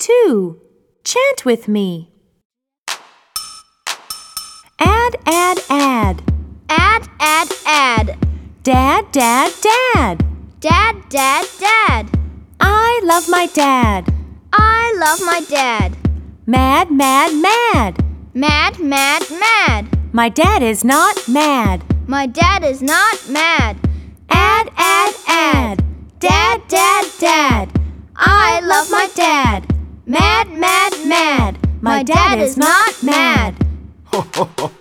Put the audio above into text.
two. Chant with me. Add, add, add. Add, add, add. Dad, dad, dad. Dad, dad, dad. I love my dad. I love my dad. Mad, mad, mad. Mad, mad, mad. My dad is not mad. My dad is not mad. Add, add, add. Dad, dad, dad. I love my dad. Mad, mad, mad. My dad is not mad. Ho, ho, ho.